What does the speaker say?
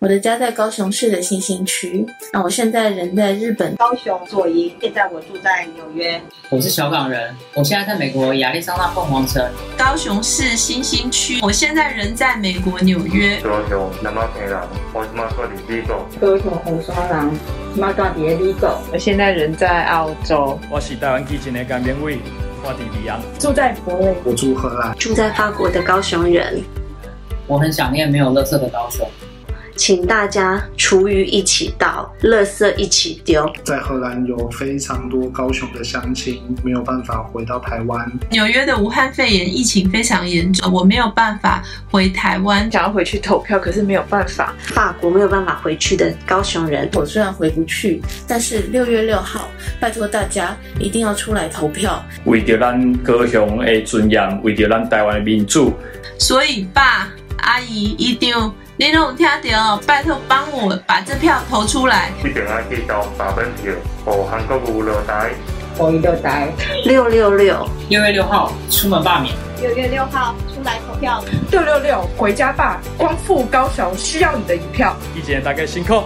我的家在高雄市的新兴区，那我现在人在日本。高雄左营，现在我住在纽约。我是小港人，我现在在美国亚利桑那凤凰城。高雄市新兴区，我现在人在美国纽约。高雄南茂平人，我是马说的 Vigo。高雄红双人，马到底的 Vigo。我现在人在澳洲。我是台湾基金的干边位，我伫里昂。住在国内，我啊住荷兰。住在法国的高雄人，我很想念没有垃圾的高雄。请大家厨余一起倒，垃圾一起丢。在荷兰有非常多高雄的乡亲没有办法回到台湾。纽约的武汉肺炎疫情非常严重，我没有办法回台湾，想要回去投票，可是没有办法。法国没有办法回去的高雄人，我虽然回不去，但是六月六号，拜托大家一定要出来投票，为着咱高雄的尊严，为着咱台湾的民主。所以爸阿姨一定。你拢听到，拜托帮我把这票投出来。一定要记得把本票给韩国五六台，五六台，六六六，六月六号出门罢免，六月六号出来投票。六六六，回家吧，光复高雄需要你的一票。意见大概辛苦。